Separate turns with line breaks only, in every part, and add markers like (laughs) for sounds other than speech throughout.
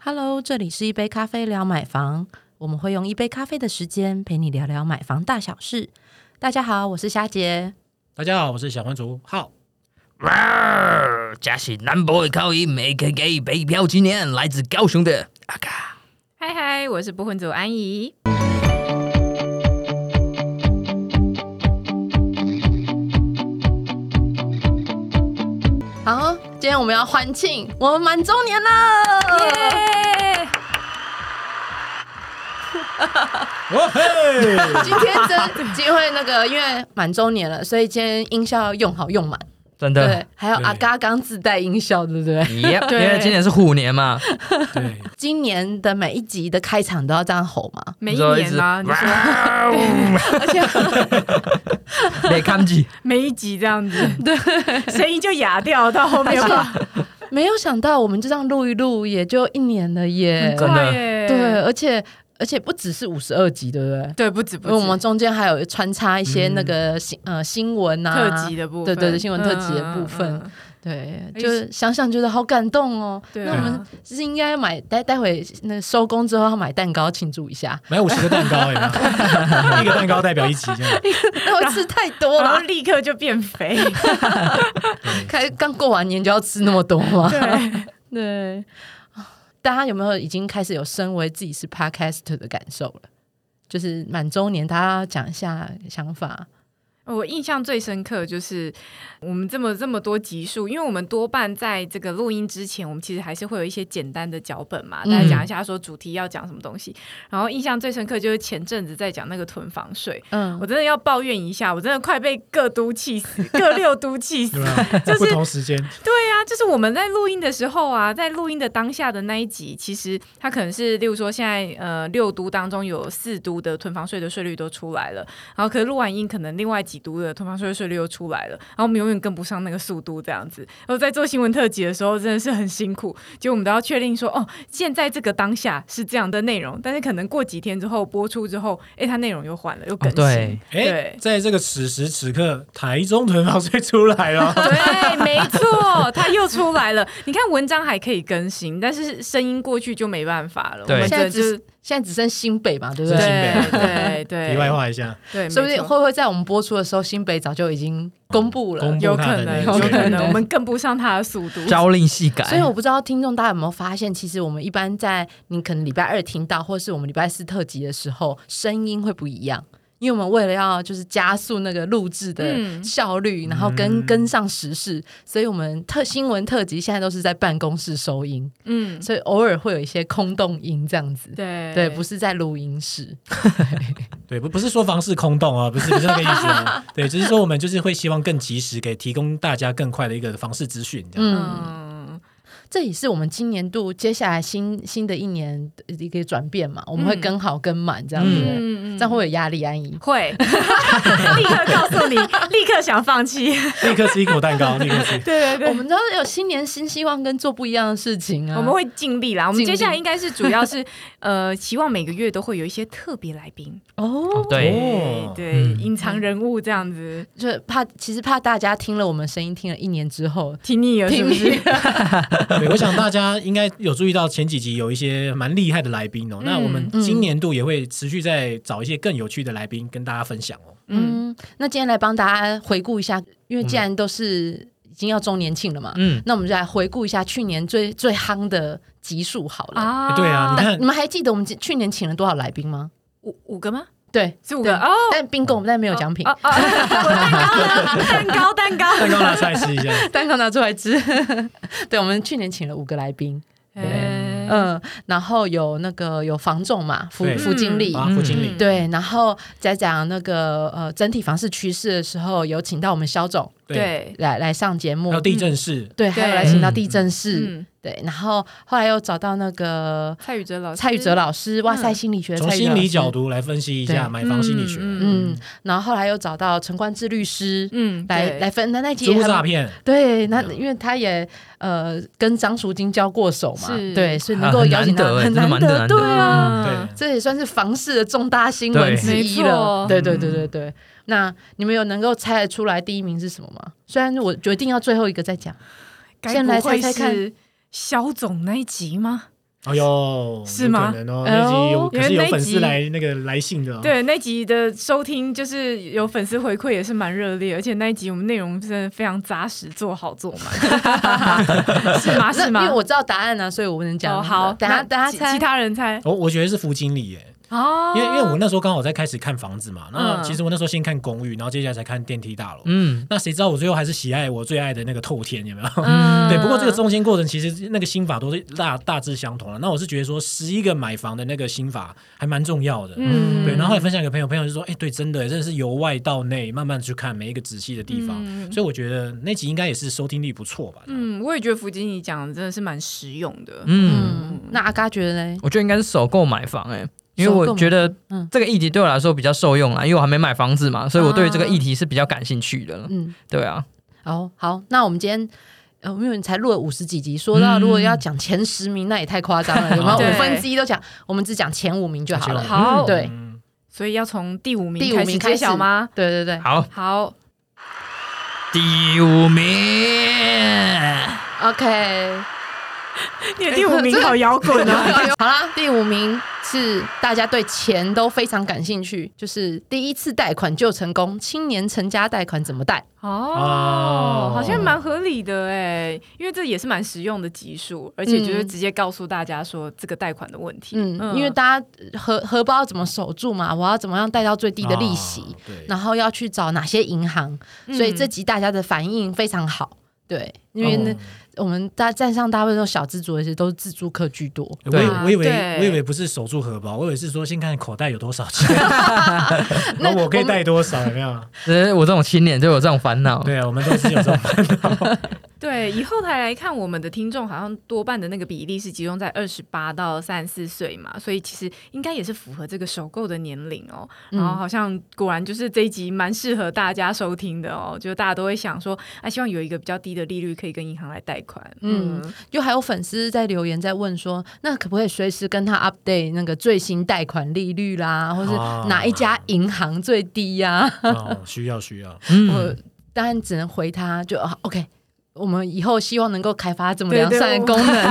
Hello，这里是一杯咖啡聊买房，我们会用一杯咖啡的时间陪你聊聊买房大小事。大家好，我是虾姐。
大家好，我是小欢厨
(laughs)
浩。
哇，嘉是南博的口音，A.K.A. 北漂青年，来自高雄的阿嘎。
嗨嗨，我是不婚族安怡。
好，今天我们要欢庆，我们满周年了。
哇嘿，
今天真机会那个，因为满周年了，所以今天音效要用好用满。
真
对
的，，
还有
对
阿嘎刚自带音效，对不对？
耶，因
对
为今年是虎年嘛，
对，
今年的每一集的开场都要这样吼嘛，
每一年吗？你说
哇哦，
而且
(laughs) 没看起，
每一集这样
(laughs)
子，对，声音就哑掉到后面吧，
没有想到，我们就这样录一录，也就一年了耶。
真的
耶
对，而且而且不只是五十二集，对不对？
对，不止不
因
止，
为我们中间还有穿插一些那个新、呃新闻啊
特辑的部分，
对对对，新闻特辑的部分，
嗯嗯嗯
对，
哎
就是想想觉得好感动哦。
对
那
啊
我们是应该买待待会那收工之后要买蛋糕庆祝一
(laughs)
下，
买五十个蛋糕呀，一个蛋糕代表一集这样。
那会吃太多
然后
了，
(laughs) 立刻就变肥， (laughs)
开刚过完年就要吃那么多吗？
对，
(laughs) 对，大家有没有已经开始有身为自己是 podcast 的感受了？就是满周年，大家讲一下想法。
我印象最深刻就是我们这么这么多集数，因为我们多半在这个录音之前，我们其实还是会有一些简单的脚本嘛，
嗯
大家讲一下说主题要讲什么东西。然后印象最深刻就是前阵子在讲那个囤房税，
嗯
我，真的要抱怨一下，我真的快被各都气死， (laughs) 各六都气死
(laughs) 对。吧？
(laughs) 就是
不同时间，
对啊，就是我们在录音的时候啊，在录音的当下的那一集，其实它可能是，例如说现在呃六都当中有四都的囤房税的税率都出来了，然后可是录完音，可能另外几都的囤房税的税率又出来了，然后我们永远跟不上那个速度，这样子。然后在做新闻特辑的时候，真的是很辛苦，就我们都要确定说，哦，现在这个当下是这样的内容，但是可能过几天之后播出之后，哎，它内容又换了，又更新。
对，
哎
对，。
在这个此时此刻，台中囤房税出来了
对，没错，它又出来了。你看文章还可以更新，但是声音过去就没办法了。
对
我们
现在
真的就
只
是
现在只剩新北嘛，对不
只
对
剩？新
对对对，
题外话一下，
对，
说不
没
定
错
会不会在我们播出的时候，新北早就已经公布了。
公布
有
它
可
的
能，
那
有
个
对
可
对对
能我们跟不上它的速度。
朝令夕改，哦
所以我不知道听众大家有没有发现，其实我们一般在你可能礼拜二听到，或是我们礼拜四特辑的时候，声音会不一样，因为我们为了要就是加速那个录制的
嗯
效率，然后跟
嗯
跟上时事，所以我们特新闻特辑现在都是在办公室收音，
嗯，
所以偶尔会有一些空洞音这样子。
对
对，不是在录音室，
对，不不是说房市空洞啊，不是不是那个意思
(laughs)
啊，对，只是说我们就是会希望更及时给提供大家更快的一个房市资讯，
(laughs)
这样。
嗯，
嗯，
这也是我们今年度接下来新新的一年的一个转变嘛，我们会
嗯
跟好跟满这样子，
嗯嗯
这样会有压力安逸。
会立刻告诉你， (laughs) 立刻想放弃。
立刻吃一口蛋糕，
(laughs)
立刻吃。
对对
我。们都有新年新希望跟做不一样的事情啊。
我们会尽力啦。我
尽
们
力
接下来应该是主要是， (laughs) 呃，希望每个月都会有一些特别来宾，
哦
哦，对，
哦
对，
嗯
隐藏人物这样子，
就怕其实怕大家听了我们声音听了一年之后，
听腻了是
听
不
腻
是？
对，我想大家应该有注意到前几集有一些蛮厉害的来宾哦。那我
嗯
们今年度也会持续在找一些更有趣的来宾跟大家分享哦。
(laughs) 嗯，
嗯，那今天来帮大家回顾一下，因为既然都是已经要周年庆了嘛，
嗯，
那我们就来回顾一下去年最最夯的集数好了。
啊
对啊你看
你们还记得我们去年请了多少来宾吗？
五五个吗？
对，
是五个
对
哦。
但 bingo 我们但没有奖品，
哦哦，哦 (laughs) 蛋糕呢，蛋糕，蛋糕，
(laughs)
蛋糕拿出来吃一
(laughs)
下，
蛋糕拿出来吃。 (laughs) 对，我们去年请了五个来宾，
嗯
嗯，然后有那个有房仲嘛，副
对
副经理，
啊，副经
嗯
理，
对，然后在讲那个呃整体房市趋势的时候，有请到我们肖总
对，
对，
来来上节目
还有，地震室，
对，还有来请到地震室，
嗯，
对，然后后来又找到那个呃
蔡宇哲老师，
蔡宇哲老师，哇塞，
嗯
心理学
从
蔡宇哲
心
老
理
师
角，度来分析一下
对
买房心理学，
嗯
嗯，然后后来又找到陈冠志律师
嗯，
来
对
来，分，那那集
租
也
屋
还
诈
蛮
骗，
对，那
嗯
因为他也呃跟张淑晶交过手嘛，
是
对，所以能
啊
够
很
邀请
难
他
得欸
很
真的蛮
得，
难得
对啊，
对
嗯，
这也算是房市的重大新闻
对
之一了。对
没错
对对对对。那你们有能够猜得出来第一名是什么吗？虽然我
啊
决定要最后一个再讲，
该
先来
不会
猜猜看
是肖总那一集吗？
哎呦，
(laughs) 是
有
吗
可能哦，
哎呦
那集有可是
因为
有
那
粉
集
丝来那个来信的、哦，，
对那集的收听，就是有粉丝回馈也是蛮热烈，而且那一集我们内容真的非常扎实，做好做满， (laughs) 是吗？
那
是吗？
因为我知道答案呢、所以我不能讲那
哦
个。
好，
等下
那
等下
其
猜
其他人猜
哦我、我觉得是福经理耶，
哦，
因为因为我那时候刚好在开始看房子嘛，那
嗯
其实我那时候先看公寓，然后接下来才看电梯大楼，
嗯，
那谁知道我最后还是喜爱我最爱的那个透天，有没有？
嗯
对，不过这个中间过程其实那个心法都是大大致相同了。那我是觉得说，十一个买房的那个心法还蛮重要的。
嗯
对，然后也分享给朋友，朋友就说：“哎、对，真的，真的是由外到内慢慢去看每一个仔细的地方。
嗯
所以我觉得那集应该也是收听率不错吧。
嗯，我也觉得福基你讲的真的是蛮实用的，
嗯，
嗯，那阿嘎觉得呢？
我觉得应该是首购买房哎、因为
首购
我
买
觉得
嗯啊
这个议题对我来说比较受用啦，啊因为我还没买房子嘛，所以我对这个议题是比较感兴趣的。
嗯，
对啊，
哦，好，那我们今天。呃，因为你才录了五十几集，说
嗯
到如果要讲前十名，那也太夸张了，有没有？
(laughs) 对
五分之一都讲，我们只讲前五名就好了。
前五
好
对
嗯
所以要从第五
第
名
五
开
名
始
开
揭
始
晓吗？
对对对，
好，
好，
第五名，
OK，
你哎的第五名好摇滚啊！
(laughs) 好啦，第五名是大家对钱都非常感兴趣，就是第一次贷款就成功，青年成家贷款怎么贷？
(laughs) 哦
哦，
好像蛮合理的哎，因为这也是蛮实用的集数，而且就是直接告诉大家说这个贷款的问题。
嗯，因为大家呃荷荷包怎么守住嘛，我要怎么样贷到最低的利息，
啊对，
然后要去找哪些银行，
嗯
所以这集大家的反应非常好。对，因为呢，我
哦
们大站上大部分都是小资族，而且都是自助客居多。
我以
啊
哦我以为
对
我以为不是守住荷包，我以为是说先看口袋有多少
(laughs)
钱，然后我可以带多少，有没有？
只是我这种青年就有这种烦恼。
对啊，我们都是有这种
对，以后台来看，我们的听众好像多半的那个比例是集中在二十八到三十四岁嘛，所以其实应该也是符合这个首购的年龄哦。然
嗯
后好像果然就是这一集蛮适合大家收听的哦，就大家都会想说，啊，希望有一个比较低的利率可以跟银行来贷款。
嗯
嗯，
就还有粉丝在留言在问说，那可不可以随时跟他 update 那个最新贷款利率
啊
啦，或是
哦
哪一家银行最低呀、
哦，需要
(laughs)
需要，
嗯
我当然只能回他，就、啊 OK。我们以后希望能够开发这么良
对对
善的
我
功能， (laughs)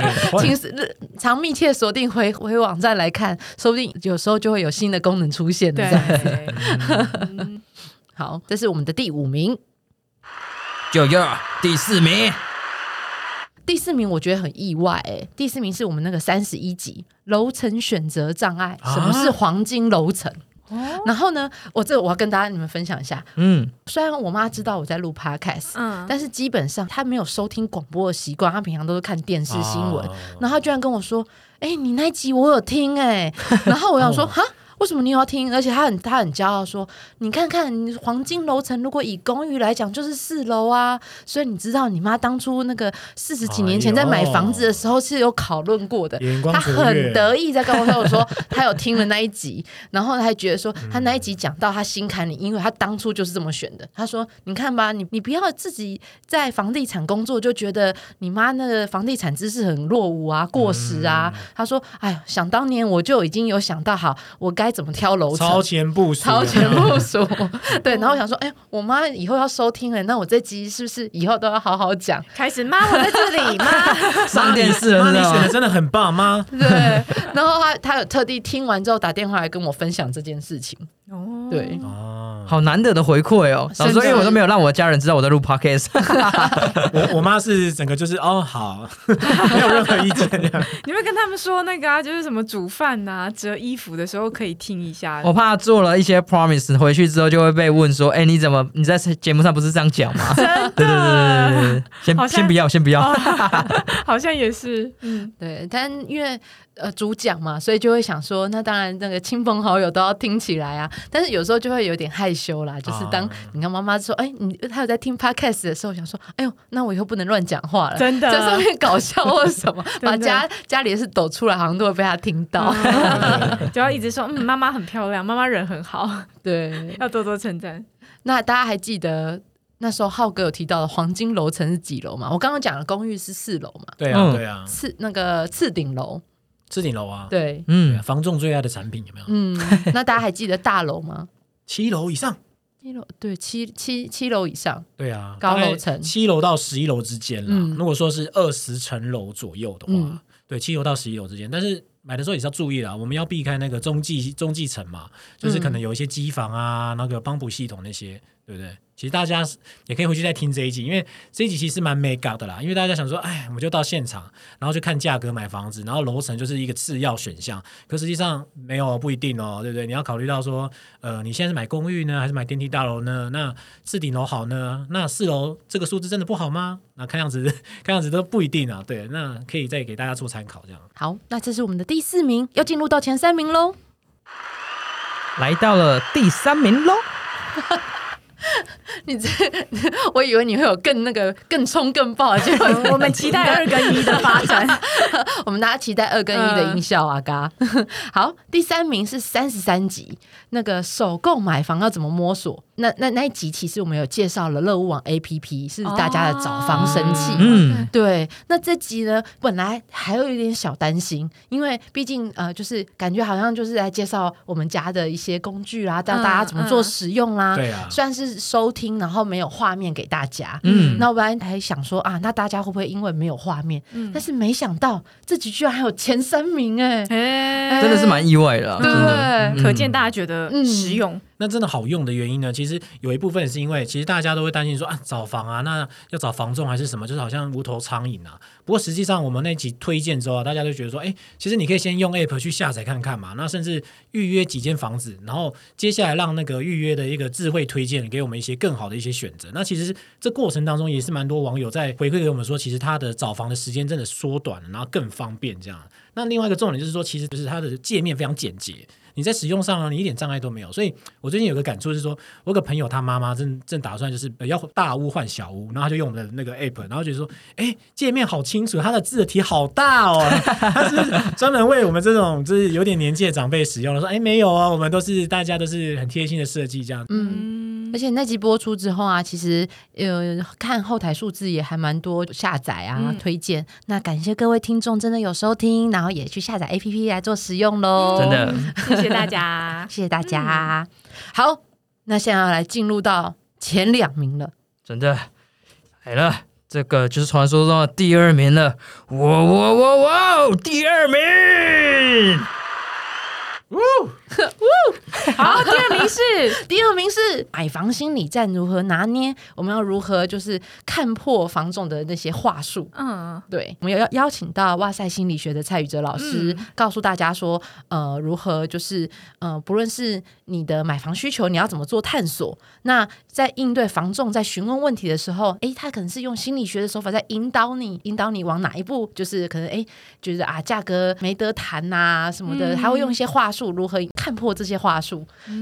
对
请是常密切锁定回回网站来看，说不定有时候就会有新的功能出现。 (laughs)
对
这样，
嗯
好，这是我们的第五名，
九九第四名，
第四名我觉得很意外哎、第四名是我们那个三十一集楼层选择障碍，
啊
什么是黄金楼层？然后呢，我这个我要跟大家你们分享一下。
嗯，
虽然我妈知道我在录 podcast，、
嗯，
但是基本上她没有收听广播的习惯，她平常都是看电视新闻。
哦
然后她居然跟我说：“哎、你那一集我有听哎、 (laughs) 然后我想说：“
哦
哈、为什么你有要听？”而且她很她很骄傲说：“你看看你黄金楼层，如果以公寓来讲就是四楼啊。”所以你知道你妈当初那个四十几年前在买房子的时候是有讨论过的。
眼光
他
卓越
很得意在跟我说，我说 (laughs) 他有听了那一集，然后还觉得说他那一集讲到他心坎里，因为他当初就是这么选的。他说：“你看吧，你你不要自己在房地产工作就觉得你妈那个房地产知识很落伍啊、过时啊。他说：“哎呀，想当年我就已经有想到好我该怎么挑楼层，
超前部署，
超前
有 (laughs) 没有
部署。 (laughs) 对，然后我想说，哎、我妈以后要收听了，那我这集是不是以后都要好好讲？
开始妈，我在这里妈，
上电视了
妈，
是
你选
吧
的？真的很棒，妈。
对，然后她她有特地听完之后打电话来跟我分享这件事情。
哦
对，
哦，
好难得的回馈哦，
真的
老实说，因为我都没有让我家人知道我在录 podcast，
我我妈是整个就是哦好， (laughs) 没有任何意见这样。
(laughs) 你会跟他们说那个啊，就是什么煮饭呐、折衣服的时候可以听一下。
哦
我怕做了一些 promise，回去之后就会被问说，哎，你怎么你在节目上不是这样讲吗？对对对对对对，
好
先
像
先不要，先不要，
好像也是，嗯，
对，但因为呃主讲嘛，所以就会想说，那当然那个亲朋好友都要听起来啊。但是有时候就会有点害羞啦，就是当
啊
你跟妈妈说，哎、你她有在听 podcast 的时候，想说，哎呦，那我以后不能乱讲话了。
真的
在上面搞笑或什
(laughs)
么，
的
把家家里的事抖出来，好像都会被她听到。
(laughs)
就要一直说，嗯，妈妈很漂亮，妈妈人很好， (laughs)
对，
要多多称 (laughs) 赞。
那大家还记得那时候浩哥有提到的黄金楼层是几楼吗？我刚刚讲的公寓是四楼嘛，
对啊
嗯
对啊，
次那个次顶楼。
置顶楼啊，
对，
对啊
嗯，
房仲最爱的产品有没有？
(laughs) 嗯，那大家还记得大楼吗？
七楼以上。
一楼对七七七楼以上，
对啊，
高楼
大概
层
七楼到十一楼之间啦。
嗯
如果说是二十层楼左右的话，
嗯
对，七楼到十一楼之间。但是买的时候也是要注意啦，我们要避开那个中继中继层嘛，就是可能有一些机房啊，那个帮补系统那些，对不对？其实大家也可以回去再听这一集，因为这一集其实蛮 make up 的啦。因为大家想说，哎，我们就到现场，然后就看价格买房子，然后楼层就是一个次要选项。可实际上没有不一定哦，对不对？你要考虑到说，呃，你现在是买公寓呢，还是买电梯大楼呢？那置顶楼好呢？那四楼这个数字真的不好吗？那看样子， (laughs) 看样子都不一定啊。对，那可以再给大家做参考，这样。
好，那这是我们的第四名，要进入到前三名喽。
来到了第三名喽。
你这，我以为你会有更那个更冲更爆，结 (laughs) 果
嗯我们期待二跟一的发展。
我们大家期待二跟一的音效啊！嘎， (laughs) 好，第三名是三十三集，那个首购买房要怎么摸索？那那那一集其实我们有介绍了乐屋网 APP 是大家的找房神器，
哦
嗯，
对，那这集呢，本来还有一点小担心，因为毕竟呃，就是感觉好像就是来介绍我们家的一些工具啊，教
嗯
大家怎么做使用啦、
对啊
虽然是收听，然后没有画面给大家。
嗯
那我本来还想说啊，那大家会不会因为没有画面？
嗯 (laughs)
但是没想到这集居然还有前三名哎、
哎
真的是蛮意外的啊，真的。
对，
可见大家觉得
嗯
实用。
那真的好用的原因呢，其实有一部分是因为，其实大家都会担心说啊，找房啊，那要找房仲还是什么，就是好像无头苍蝇啊。不过实际上我们那集推荐之后啊，大家都觉得说，哎，其实你可以先用 app 去下载看看嘛，那甚至预约几间房子，然后接下来让那个预约的一个智慧推荐给我们一些更好的一些选择。那其实这过程当中也是蛮多网友在回馈给我们说，其实他的找房的时间真的缩短了，然后更方便这样。那另外一个重点就是说，其实就是它的界面非常简洁，你在使用上啊，你一点障碍都没有。所以我最近有个感触是说，我有个朋友他妈妈正正打算就是呃要大屋换小屋，然后他就用我们的那个 app，然后就说，哎，界面好清楚，它的字体好大哦， (laughs) 他是不是专门为我们这种就是有点年纪的长辈使用的，说，哎，没有啊，我们都是大家都是很贴心的设计这样。
嗯。而且那集播出之后啊，其实呃，看后台数字也还蛮多下载啊、
嗯
推荐。那感谢各位听众真的有收听，然后也去下载 APP 来做使用喽，。
真的，
嗯
嗯
谢谢大家
(laughs)
谢谢大家。好，那现在要来进入到前两名了，
真的来了，这个就是传说中的第二名了，哇哇哇哇，第二名！
好，第二名是
第二名是买房心理战如何拿捏，我们要如何就是看破房总的那些话术。
(laughs) 嗯，
对，我们有邀邀请到哇塞心理学的蔡宇哲老师，告诉大家说，呃，如何就是呃，不论是你的买房需求，你要怎么做探索，那在应对房仲在询问问题的时候，诶，他可能是用心理学的手法在引导你，引导你往哪一步，就是可能诶，觉得啊价格没得谈呐、什么的，
嗯
还会用一些话术如何看破这些话术。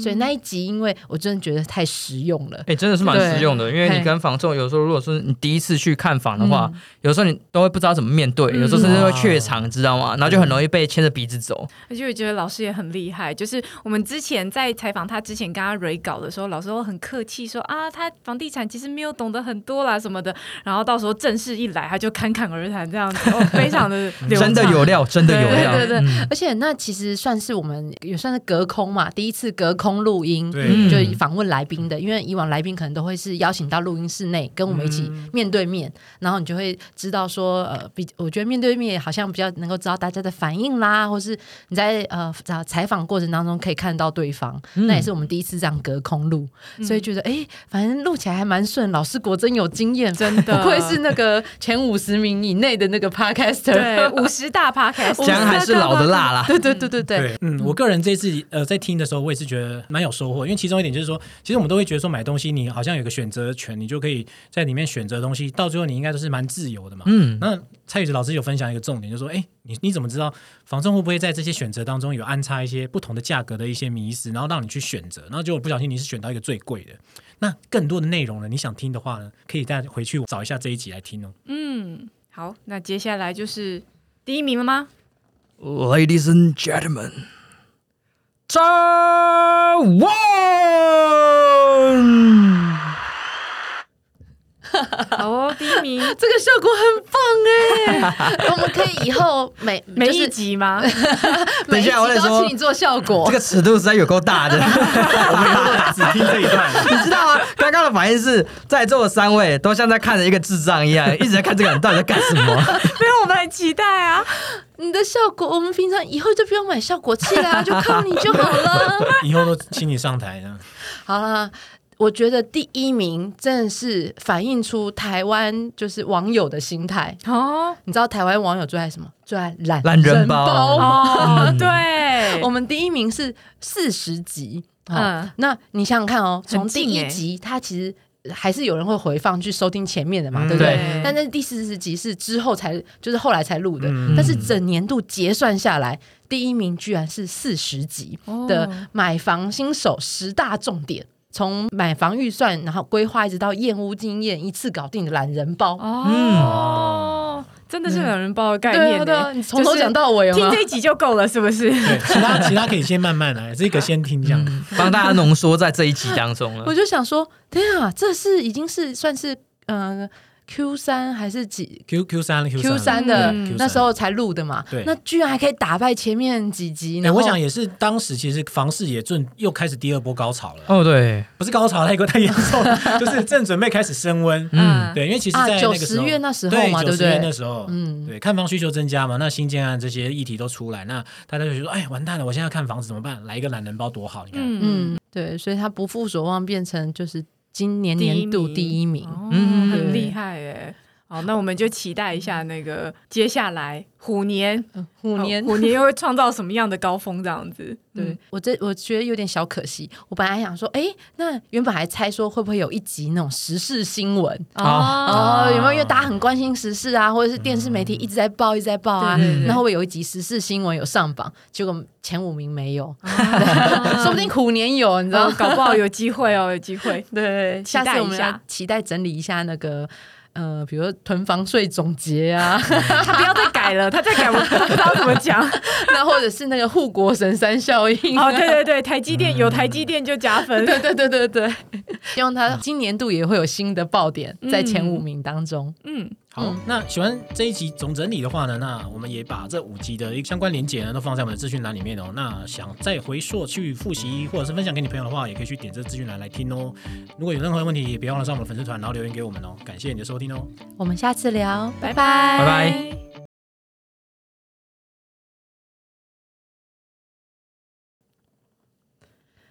所以那一集，因为我真的觉得太实用了。
哎、真的是蛮实用的，因为你跟房仲有时候，如果说你第一次去看房的话，
嗯
有时候你都会不知道怎么面对，有时候甚至会怯场，知道
嗯
吗？然后就很容易被牵着鼻子走。
而且我觉得老师也很厉害，就是我们之前在采访他之前跟他 re 稿的时候，老师都很客气说啊，他房地产其实没有懂得很多啦什么的，然后到时候正式一来，他就侃侃而谈这样子，哦、非
(laughs)
常的流畅
真的有料，真的有料。
对对对
嗯
而且那其实算是我们也算是隔空嘛，第一次隔空录音，
对
嗯
就是访问来宾的，因为以往来宾可能都会是邀请到录音室内跟我们一起
嗯
面对面，然后你就会知道说，呃，比我觉得面对面好像比较能够知道大家的反应啦，或是你在呃采采访过程当中可以看到对方，
嗯
那也是我们第一次这样隔空录，所以觉得哎、诶反正录起来还蛮顺，老师果真有经验，
真的啊
不愧是那个前五十名以内的那个 podcaster，
对五
(laughs)
十大 podcast，
姜还是老的辣啦。
对对对对对，。
对，嗯，我个人这次呃在听的时候，我也是觉得蛮有收获，因为其中一点就是说，其实我们都会觉得说买东西你好像有个选择权，你就可以在里面选择东西，到最后你应该都是蛮自由的嘛。
嗯，
那蔡宇哲老师有分享一个重点，就是说，哎，你你怎么知道房仲会不会在这些选择当中有安插一些不同的价格的一些迷思，然后让你去选择，然后结果不小心你是选到一个最贵的。那更多的内容呢，你想听的话呢，可以再回去找一下这一集来听哦。 (laughs)
嗯，好，那接下来就是第一名了吗？
Ladies and gentlemen，张旺。
好哦，第一名
(laughs) 这个效果很棒
(laughs)
哎、我们可以以后每
每
就
一
是 (laughs)
集吗？
每一集
等一下我得
都
说
要请你做效果。
这个尺度实在有够大的，
我们如果只听这一段，
你知道吗？刚刚的反应是在座的三位都像在看着一个智障一样，一直在看这个人到底在干什么。
没有，我们很期待啊！
的效果，我们平常以后就不用买效果器
(laughs)
啦，就靠你就好了。
以后都请你上台呢。
好啦，我觉得第一名真的是反映出台湾就是网友的心态。
哦
你知道台湾网友最爱什么？最爱懒
懒人
人
包
哦
嗯，
对
我，们第一名是四十集，嗯
嗯，
那你想想看哦，
很
从第
近
一
欸
集它其实还是有人会回放去收听前面的嘛，
嗯
对不对？
对
但那第四十集是之后才，就是后来才录的，
嗯
但是整年度结算下来，第一名居然是四十集
哦
的买房新手十大重点。从买房预算，然后规划，一直到验屋经验，一次搞定的懒人包。
哦，真的是懒人包的概
嗯对
念
啊，
呢，
对啊，你从头讲到尾有
就
没
是欸听
有？
这一集就够了，是不是？
对，其他其他可以先慢慢来，这个先听这样。
嗯
帮大家浓缩在这一集当中了
我。就想说，天啊，这是已经是算是嗯、呃 Q 三还是几
Q Q 三
Q 三
嗯
的、
Q3
那时候才录的嘛
对？
那居然还可以打败前面几集，
哎，
然后
我
哦
想也是，当时其实房市也正又开始第二波高潮了，
哦，对，
不是高潮太过太严重了，就是正准备开始升温。
嗯，
对，因为其实，
啊
在那
九
个时
十
候，
月那时候
对
嘛，对
九
不
十月那
对？
时候，
嗯
对，看房需求增加嘛，那新建案这些议题都出来，那大家就觉得说，哎，完蛋了，我现在要看房子怎么办？来一个懒人包多好，你看，
嗯，对，所以他不负所望，变成就是今年
第一
年度
名
第一名。
嗯
嗯，
嗯
嗯
很厉害哎。好，那我们就期待一下那个接下来虎年，
嗯虎
好
年，
虎嗯年又会创造什么样的高峰？这样
(laughs)
子，
对我这我觉得有点小可惜。我本来想说，哎，那原本还猜说会不会有一集那种时事新闻。
嗯
啊
哦，
哦，有没有？因为大家很关心时事啊，或者是电视媒体一直在报，一直在报啊。
对对对
那会不会有一集时事新闻有上榜？结果前五名没有，
啊
(laughs) 说不定虎年有，你知道
哦？搞不好有机会哦，有机会。
啊 (laughs) 对，
期
下
待
次
一
我们
下
要期待整理一下那个呃，比如说囤房税总结 (laughs) 啊，
(laughs) 他不要再改了，他再改我不知道怎么
(laughs)
讲。
那或者是那个护国神山效应、啊。
哦，对对对，台积电有台积电就加
(laughs)
分。
对对对对对，希望他今年度也会有新的爆点在前五名当中。
嗯，
好，那喜欢这一集总整理的话呢，那我们也把这五集的一个相关连结呢都放在我们的资讯栏里面哦。那想再回溯去复习或者是分享给你朋友的话，也可以去点这资讯栏来听哦。如果有任何问题，也别忘了上我们的粉丝团，然后留言给我们哦。感谢你的收听哦。
我们下次聊，
拜拜，
拜拜。